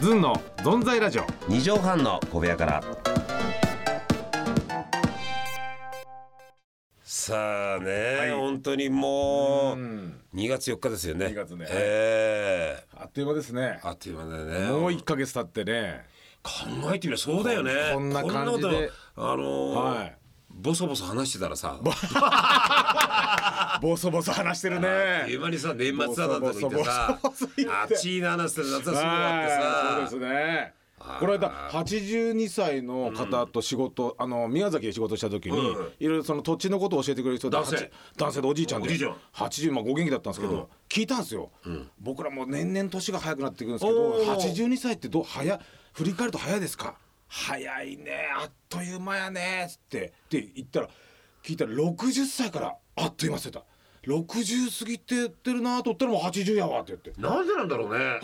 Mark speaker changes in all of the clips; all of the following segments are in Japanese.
Speaker 1: ずんのぞんざいラジオ
Speaker 2: 二畳半の小部屋から。さあね、
Speaker 1: はい
Speaker 2: 本当にもう
Speaker 1: 2
Speaker 2: 2月4日ですよね。
Speaker 1: 月ね、
Speaker 2: え
Speaker 1: あっという間ですね
Speaker 2: えあっという間だよね。
Speaker 1: もう一ヶ月経ってね
Speaker 2: 考えてみればそうだよね。
Speaker 1: こんな感じで
Speaker 2: こんなことあのー
Speaker 1: はい
Speaker 2: ボソボソ話してたらさ、
Speaker 1: ボソボソ話してるね
Speaker 2: あっという間にさ年末だなんて言ってさ
Speaker 1: ボソボソボソボソ言って、
Speaker 2: 暑いな話して夏はすぐ終
Speaker 1: は
Speaker 2: わ
Speaker 1: い
Speaker 2: っ
Speaker 1: そ
Speaker 2: て
Speaker 1: う
Speaker 2: さ。
Speaker 1: ですね
Speaker 2: あー
Speaker 1: この間82歳の方と仕事、あの宮崎で仕事した時に、
Speaker 2: うん
Speaker 1: いろいろその土地のことを教えてくれる人で
Speaker 2: 男性
Speaker 1: はち男性でおじいちゃんで
Speaker 2: おじいちゃん
Speaker 1: 80まあご元気だったんですけど、聞いたんですよ、僕らもう年々年が早くなっていくんですけど
Speaker 2: おー
Speaker 1: 82歳ってどう早い振り返ると早いですか早いねあっという間やねっつってって言ったら聞いたら60歳からあっという間ってた60過ぎてってるなと思ったらもう80やわって言って
Speaker 2: なんでなんだろうね。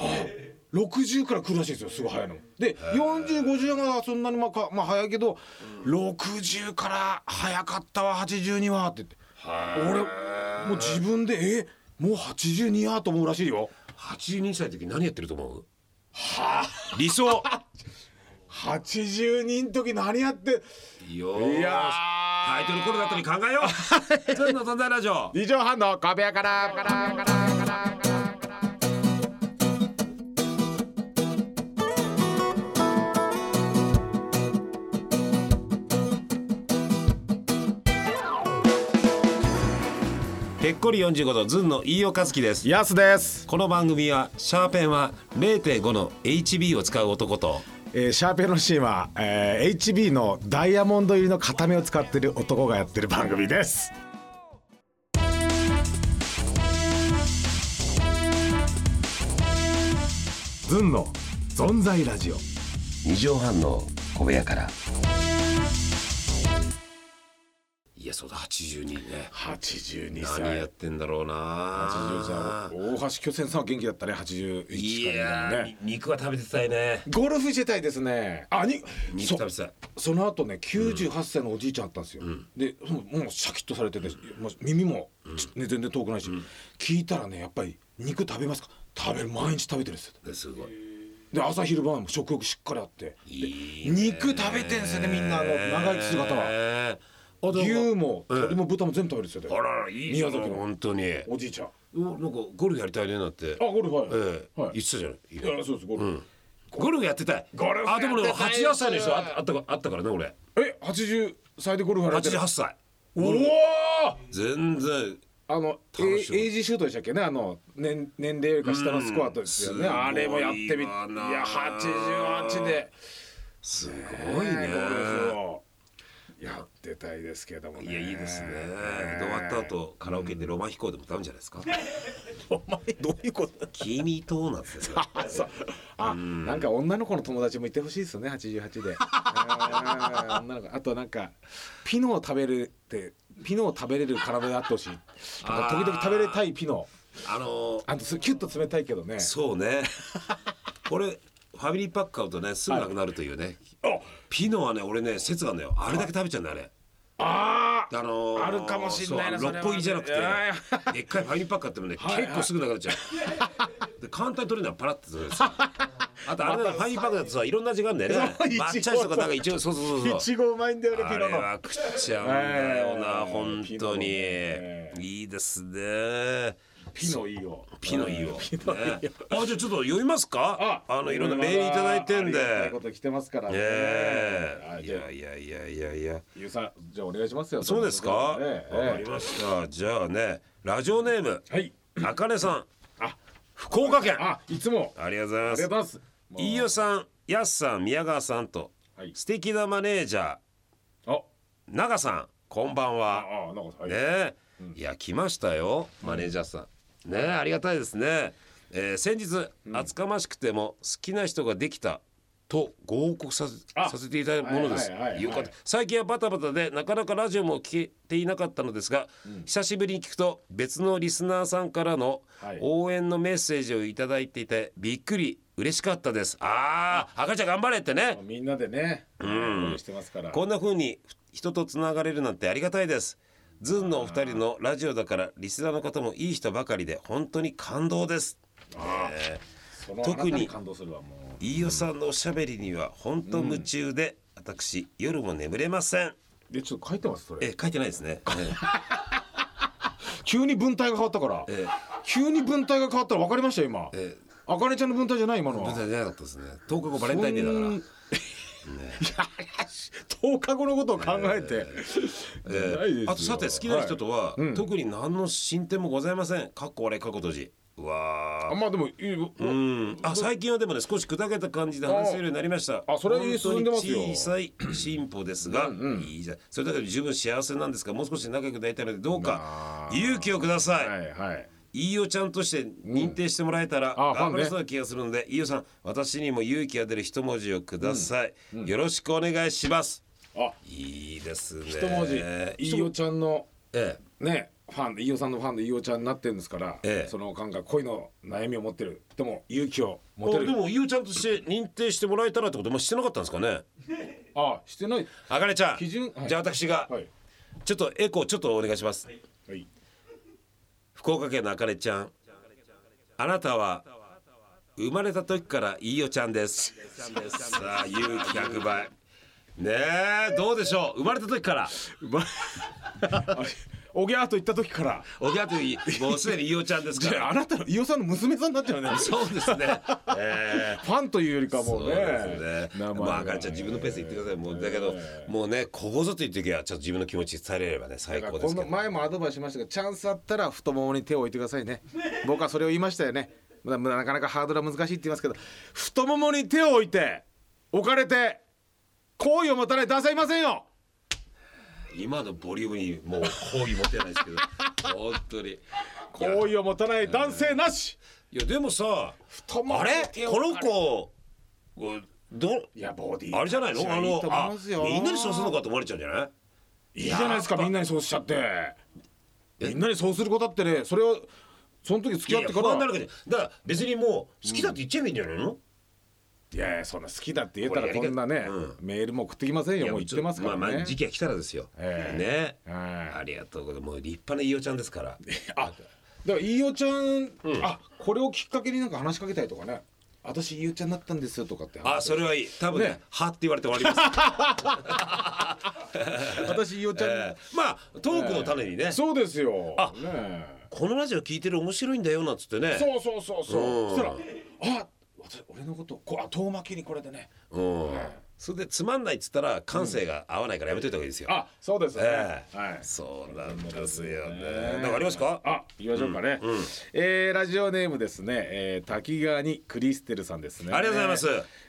Speaker 1: 60から来るらしいですよすごい早いので4050がそんなにまあか、まあ、早いけど、60から早かったわ82はって言って俺もう自分でえもう82やと思うらしいよ
Speaker 2: 82歳の時何やってると思う？理想。
Speaker 1: 82の時何やって
Speaker 2: よ
Speaker 1: い
Speaker 2: ーし
Speaker 1: や
Speaker 2: タイトルコールだったり考えよ う。ずんのとんだラジオ。
Speaker 1: 2畳半の壁やからからからから
Speaker 2: ぺっこり45度ずんの飯尾和樹です。
Speaker 1: ヤスです、
Speaker 2: この番組はシャーペンは0.5の HB を使う男と
Speaker 1: えー、シャーペンのシーンは、えー HB のダイヤモンド入りの片目を使ってる男がやってる番組ですズンの存在ラジオ
Speaker 2: 2畳半の小部屋から。いやそうだ82ね。
Speaker 1: 82
Speaker 2: 何やってんだろうな。
Speaker 1: 大橋巨泉さんは元気だったね81から
Speaker 2: いや
Speaker 1: ね
Speaker 2: ー、に肉は食べてたいね。
Speaker 1: ゴルフしてたいですねあに
Speaker 2: 肉
Speaker 1: そ
Speaker 2: 食べてたい。
Speaker 1: その後ね98歳のおじいちゃんだったんですよ、でもうもうシャキッとされてて、もう耳も、ね、全然遠くないし、聞いたらねやっぱり「肉食べますか?」食べる毎日食べてるんですよ
Speaker 2: ですごい。
Speaker 1: で朝昼晩も食欲しっかりあって
Speaker 2: いいね
Speaker 1: 肉食べてんすよねみんなあの長生きする方は
Speaker 2: えーあで
Speaker 1: 牛も
Speaker 2: うん
Speaker 1: 鶏も豚も全部食べるんですよで
Speaker 2: あららいいじゃん
Speaker 1: 宮崎の
Speaker 2: 本当に。
Speaker 1: おじいちゃんあ
Speaker 2: おなんかゴルフやりたいねなんて。
Speaker 1: ゴルフはい、
Speaker 2: ええ
Speaker 1: はい
Speaker 2: 言ってたじゃない。
Speaker 1: いやそうですゴルフ、
Speaker 2: ゴルフやってたい。
Speaker 1: ゴルフや
Speaker 2: あ
Speaker 1: って
Speaker 2: で
Speaker 1: たい
Speaker 2: も俺八十歳の人ああったかあったからね俺。
Speaker 1: え80歳でゴルフやられ
Speaker 2: 八
Speaker 1: て
Speaker 2: 十
Speaker 1: る
Speaker 2: 八歳。
Speaker 1: おお
Speaker 2: 全然。
Speaker 1: あのエ
Speaker 2: 楽しみ
Speaker 1: イエイジシュートでしたっけねあの年年齢よりか下のスコアとですよね、
Speaker 2: うん
Speaker 1: あれもやってみい
Speaker 2: すごいわな
Speaker 1: や88です
Speaker 2: ごいね。
Speaker 1: ゴルフをやってたいですけどもね
Speaker 2: いやいいですね。
Speaker 1: え
Speaker 2: で終わった後カラオケでロマン飛行でも歌うんじゃないですか。
Speaker 1: お前どういうこと
Speaker 2: 君となんですよ。
Speaker 1: あ そうあなんか女の子の友達もいてほしいですよね88で あー女の子あとなんかピノを食べるってピノを食べれる体であってほしいなんか時々食べれたいピノ
Speaker 2: あの
Speaker 1: あとすキュッと冷たいけどね
Speaker 2: そう ね。これファミリーパック買うとねすぐなくなるというね。
Speaker 1: あ
Speaker 2: ピノはね俺ね節があるんだよ。あれだけ食べちゃうんだよあれ。
Speaker 1: あー
Speaker 2: あのー
Speaker 1: あるかもしんないな
Speaker 2: そう
Speaker 1: それは
Speaker 2: 六本木じゃなくて
Speaker 1: いやい
Speaker 2: でっかいファミリーパック買ってもね
Speaker 1: はいはい
Speaker 2: 結構すぐなくなっちゃうで簡単に取れるのはパラッと取れるんで すよあとあれだファミリーパックだとさいろんな味があるんだよね
Speaker 1: そういちご
Speaker 2: 抹茶味とかなんか一応そうそうそう
Speaker 1: い
Speaker 2: そう
Speaker 1: ちごうまいんだよね
Speaker 2: あ
Speaker 1: ピ
Speaker 2: れ
Speaker 1: ノの
Speaker 2: は食っちゃうんだよな
Speaker 1: えー
Speaker 2: 本当に
Speaker 1: ピ
Speaker 2: いいですね
Speaker 1: ピノいいよ
Speaker 2: ピノいいよ、
Speaker 1: うん
Speaker 2: ね
Speaker 1: ピノいいよ、
Speaker 2: あじゃあちょっと読みますかあのいろんなメールいただいてん
Speaker 1: ありがたい
Speaker 2: で
Speaker 1: こと来てますからね
Speaker 2: え
Speaker 1: あ
Speaker 2: えい
Speaker 1: じゃあ
Speaker 2: やいやいやいやいや
Speaker 1: ゆうさんじゃあお願いしますよ
Speaker 2: そうですか。わ、
Speaker 1: ええ
Speaker 2: かりました。じゃあね、ラジオネーム、
Speaker 1: はい
Speaker 2: あかねさん、
Speaker 1: あ
Speaker 2: 福岡県。あ
Speaker 1: あいつも
Speaker 2: りがとうござい
Speaker 1: あ
Speaker 2: ま
Speaker 1: りが
Speaker 2: す
Speaker 1: と。うございます
Speaker 2: 飯尾さん、やすさん、宮川さんと、
Speaker 1: はい
Speaker 2: 素敵なマネージャー、
Speaker 1: あ
Speaker 2: 長さん、こんばんは。
Speaker 1: ああなんかはい
Speaker 2: ねえ、いや来ましたよマネージャーさん、ねえありがたいですね、えー先日厚かましくても好きな人ができたとご報告させ
Speaker 1: あ
Speaker 2: させていただいたものです、
Speaker 1: はいはいはいはい
Speaker 2: よかった最近はバタバタでなかなかラジオも聞けていなかったのですが、久しぶりに聞くと別のリスナーさんからの
Speaker 1: はい
Speaker 2: 応援のメッセージをいただいていてびっくり嬉しかったですああ赤ちゃん頑張れってね
Speaker 1: みんなでねうんしてますから
Speaker 2: こんな風に人とつながれるなんてありがたいです。ズンのお二人のラジオだからリスナーの方もいい人ばかりで本当に感動です。ねえ特に
Speaker 1: 感動するわも
Speaker 2: 飯尾さんのおしゃべりには本当夢中で、私夜も眠れません
Speaker 1: うえちょっと書いてますそれ
Speaker 2: え書いてないですね、え
Speaker 1: 急に文体が変わったから
Speaker 2: え
Speaker 1: 急に文体が変わったら分かりました今
Speaker 2: え
Speaker 1: あかねちゃんの文体じゃない今の
Speaker 2: え
Speaker 1: は
Speaker 2: 文体じゃなかったですね10日後バレンタインデーだから
Speaker 1: から 10日後のことを考えて、ないです
Speaker 2: え
Speaker 1: よ
Speaker 2: ーあとさて好きな人とは、
Speaker 1: いうん
Speaker 2: 特に何の進展もございません。かっこ悪い過去閉じ。うわ
Speaker 1: はいあ
Speaker 2: あ。
Speaker 1: まあでもいいよ
Speaker 2: うん、あ最近はでもね少し砕けた感じで話せるようになりました
Speaker 1: あそれは進んでますよ
Speaker 2: 本当に小さい進歩ですがいいじゃんそれだけで十分幸せなんですがもう少し仲良くなりたいのでどうか
Speaker 1: あー
Speaker 2: 勇気をください、
Speaker 1: はいはい
Speaker 2: 飯尾ちゃんとして認定してもらえたら
Speaker 1: あファンね
Speaker 2: 頑張れそうな気がするので、飯尾さん私にも勇気が出る一文字をください、よろしくお願いします
Speaker 1: あ
Speaker 2: いいですね
Speaker 1: 一文字飯尾ちゃんの
Speaker 2: ええ
Speaker 1: ねファン飯尾さんのファンで飯尾ちゃんになってるんですから、
Speaker 2: ええ
Speaker 1: その感覚恋の悩みを持ってるでも勇気を持て
Speaker 2: あで
Speaker 1: る
Speaker 2: もゆうちゃんとして認定してもらえたらってこともしてなかったんですかね
Speaker 1: あしてない
Speaker 2: あかねちゃん
Speaker 1: 基準はい
Speaker 2: じゃあ私が、
Speaker 1: はい
Speaker 2: ちょっとエコーちょっとお願いします、
Speaker 1: はい
Speaker 2: 福岡県のあかねちゃんあなたは生まれた時からいいおちゃんですさあ勇気100倍ねえどうでしょう生まれた時から
Speaker 1: おぎゃーと言った時 から
Speaker 2: おぎゃというもうすでにいいおちゃんですか
Speaker 1: で
Speaker 2: ら
Speaker 1: あなたの飯尾さんの娘さんになっちゃうね
Speaker 2: そうですねええ
Speaker 1: ファンというよりかもう
Speaker 2: そう
Speaker 1: ね
Speaker 2: ですね。
Speaker 1: 名前が
Speaker 2: まあ、あかりちゃん、自分のペースで言ってください。もう、だけど、もうね、ここぞという時は、ちょっと自分の気持ち伝えれればね、最
Speaker 1: だから
Speaker 2: 高で
Speaker 1: こ
Speaker 2: すけ
Speaker 1: の
Speaker 2: ど。
Speaker 1: 前もアドバイスしましたがチャンスあったら太ももに手を置いてくださいね僕はそれを言いましたよねまだまだなかなかハードルは難しいって言いますけど太ももに手を置いて置かれて好意を持たない男性いませんよ
Speaker 2: 今のボリュームに、もう、好意持てないですけど。 本当に。いや、
Speaker 1: 好意を持たない男性なし
Speaker 2: いやでもさ、
Speaker 1: 太もも
Speaker 2: あ
Speaker 1: に
Speaker 2: れ、
Speaker 1: 手を
Speaker 2: こ
Speaker 1: 置
Speaker 2: の
Speaker 1: か
Speaker 2: 子。こうど、
Speaker 1: いやボディ
Speaker 2: あれじゃないの、あの、あ、みんなにそうするの
Speaker 1: か
Speaker 2: かと思われちゃうんじゃない。
Speaker 1: いいじゃないですかみんなにそうしちゃってみんなにそうする子だってねそれをその時付き合ってか
Speaker 2: いやいや不安にな
Speaker 1: ら
Speaker 2: るけど、だから、別にもう、好きだって言っちゃえばいいんじゃないの。
Speaker 1: いやいやそんな好きだって言えた
Speaker 2: こ
Speaker 1: ら
Speaker 2: れやり
Speaker 1: こ
Speaker 2: 方
Speaker 1: んなね、
Speaker 2: うん
Speaker 1: メールも送ってきませんよもう言ってますからね、
Speaker 2: まあ、まあ、時期が来たらですよ。
Speaker 1: え
Speaker 2: ね。
Speaker 1: はい
Speaker 2: ありがとうございます。もう立派な飯尾ちゃんですから。
Speaker 1: あだから飯尾ちゃん、あこれをきっかけになんか話しかけたいとかね私飯尾ちゃんになったんですよとかって
Speaker 2: あ、それはいい。多分ね、
Speaker 1: ね
Speaker 2: はって言われて終わ ります。
Speaker 1: 私飯尾ちゃん、
Speaker 2: えーまあ、トークの種にね、
Speaker 1: そうですよ
Speaker 2: あ
Speaker 1: ねえ
Speaker 2: このラジオ聞いてる面白いんだよなんつってね。
Speaker 1: そうそうそうそう
Speaker 2: うん
Speaker 1: そしたら「あ私俺のことこうあ遠巻きにこれでね
Speaker 2: うん。それでつまんないっつったら感性が合わないからやめといた方がいいですよ。
Speaker 1: あそうですね、
Speaker 2: ええ
Speaker 1: はい
Speaker 2: そうなんですよね。なんかありますか？
Speaker 1: あ行きましょうかね、えーラジオネームですね、えー、滝川にクリステルさんですね
Speaker 2: ありがとうございます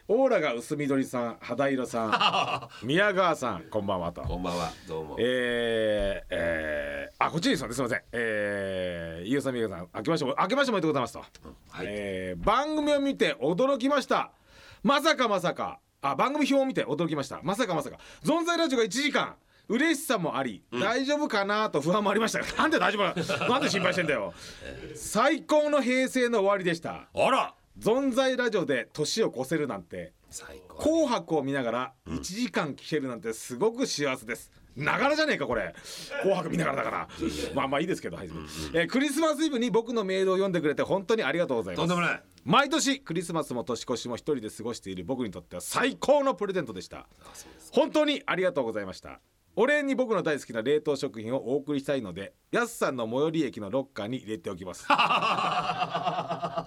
Speaker 1: オーラが薄緑さん肌色さ ん宮川さんこんばんはと
Speaker 2: こんばんは。どうも。
Speaker 1: えー、えー、あこっちですよねすみませんえー、飯尾さん美香さん明けましてお明けましておめでとうございますと、
Speaker 2: はい
Speaker 1: えー番組を見て驚きましたまさかまさかあ番組表を見て驚きましたまさかまさか存在ラジオが1時間嬉しさもあり、大丈夫かなと不安もありましたが なんで大丈夫なのなんで心配してんだ よ最高の平成の終わりでした
Speaker 2: あら。
Speaker 1: 存在ラジオで年を越せるなんて
Speaker 2: 最高。
Speaker 1: 紅白を見ながら1時間聴けるなんてすごく幸せです。ながらじゃねえかこれ紅白見ながらだからまあまあいいですけど、はいえークリスマスイブに僕のメールを読んでくれて本当にありがとうござい
Speaker 2: と
Speaker 1: ま
Speaker 2: ん
Speaker 1: す
Speaker 2: でもない。
Speaker 1: 毎年クリスマスも年越しも一人で過ごしている僕にとっては最高のプレゼントでした本当にありがとうございましたお礼に僕の大好きな冷凍食品をお送りしたいのでやすさんの最寄り駅のロッカーに入れておきます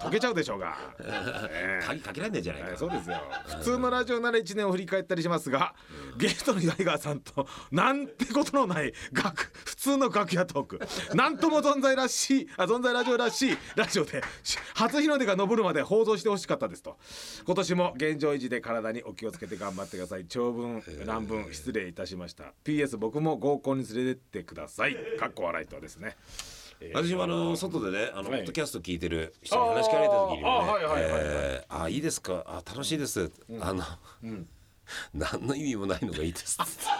Speaker 1: 溶けちゃうでしょうが、えー
Speaker 2: 鍵かけられないんじゃない
Speaker 1: はい、
Speaker 2: か
Speaker 1: そうですよ普通のラジオなら1年を振り返ったりしますが、ゲストの岩井川さんとなんてことのない楽普通の楽屋トークなんとも存在らしいあ存在ラジオらしいラジオでし初日の出が昇るまで報道してほしかったですと今年も現状維持で体にお気をつけて頑張ってください長文乱文失礼いたしました PS 僕も合コンに連れてってくださいかっこ笑いとはですね
Speaker 2: 私もあの外でねあのポ
Speaker 1: はい
Speaker 2: ッドキャスト聞いてる人に話しかけられた時に
Speaker 1: あーあ
Speaker 2: も
Speaker 1: はいはいはいはい
Speaker 2: ね「ああいいですかあ楽しいです」あの何の意味もないのがい いです」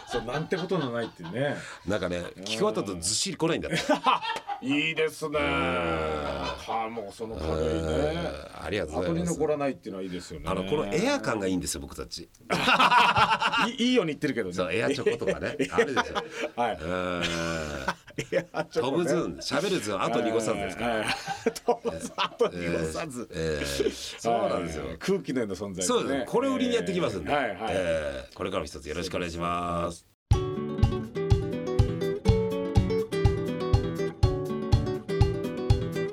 Speaker 1: そうなんてことのないってね
Speaker 2: なんかね聞き終わったとずっしり来ないんだって
Speaker 1: いいですね。はあ、もうその軽いね。
Speaker 2: ありがとうござ
Speaker 1: 後
Speaker 2: い
Speaker 1: に
Speaker 2: ます
Speaker 1: 残らないっていうのはいいですよね。
Speaker 2: あのこのエア感がいいんですよ僕たち
Speaker 1: いいいように言ってるけどね。
Speaker 2: そうエアチョコとかねあるでしょ。
Speaker 1: はいう
Speaker 2: ーん
Speaker 1: いやちょっと
Speaker 2: 飛ぶ
Speaker 1: ね
Speaker 2: ズーン喋るズーンあと濁さんですか
Speaker 1: はい飛ぶずあと濁さず、
Speaker 2: ええそうなんですよ
Speaker 1: はい空気のような存在、ね、
Speaker 2: そうですこれを売りにやってきますんで、
Speaker 1: えーはいはい、
Speaker 2: えーこれからも一つよろしくお願いしますありがたい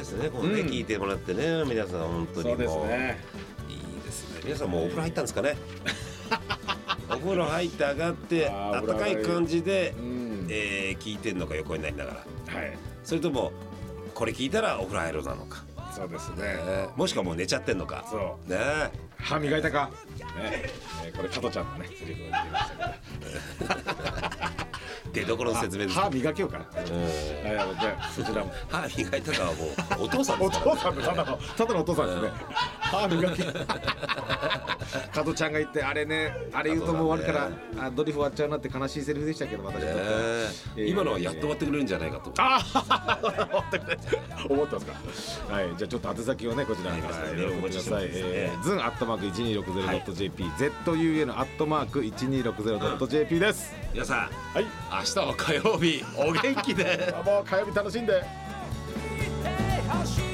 Speaker 2: ですねこうね、聞いてもらってね皆さん本当に
Speaker 1: そ
Speaker 2: も
Speaker 1: うですね
Speaker 2: いいですね皆さんもうお風呂入ったんです かねお風呂入って上がって
Speaker 1: あーお風呂
Speaker 2: 暖か
Speaker 1: 上がり
Speaker 2: い感じで、
Speaker 1: うん
Speaker 2: えー聞いてんのか横になりながら
Speaker 1: はい
Speaker 2: それともこれ聞いたらお風呂入ろうなのか
Speaker 1: そうです
Speaker 2: ね
Speaker 1: ね
Speaker 2: えもしくはもう寝ちゃってんのか
Speaker 1: そ
Speaker 2: ねえ
Speaker 1: 歯磨いたか、ねえーこれ加トちゃんのねセリフを言ってましたけど
Speaker 2: 出どころの説明です
Speaker 1: 歯磨けようかな
Speaker 2: うん
Speaker 1: はいなのでそちらも
Speaker 2: 歯磨いたかはもう お父さんで
Speaker 1: お
Speaker 2: すから
Speaker 1: 父さんのただのただのお父さんですね。歯磨き。加トちゃんが言ってあれねあれ言うともう終わるから、
Speaker 2: 加
Speaker 1: あドリフ終わっちゃうなって悲しいセリフでしたけど私にとっては。
Speaker 2: ねえ今のはやっと終わってくれるんじゃないかと
Speaker 1: あー 思ってくれ思ってますか。はいじゃあちょっと宛先をねこちらに、
Speaker 2: はい
Speaker 1: はい、
Speaker 2: メー
Speaker 1: お
Speaker 2: ルお
Speaker 1: 待
Speaker 2: 待
Speaker 1: ち
Speaker 2: ち
Speaker 1: く
Speaker 2: して
Speaker 1: だ
Speaker 2: ま
Speaker 1: さ
Speaker 2: す
Speaker 1: い。
Speaker 2: ね
Speaker 1: えーズンアットマーク一二六ゼロドット jp、zun アットマーク一二六ゼロドット jp です。
Speaker 2: 皆さん
Speaker 1: はい。
Speaker 2: 明日は火曜日お元気で
Speaker 1: どうも火曜日楽しんで。
Speaker 3: Hey, how she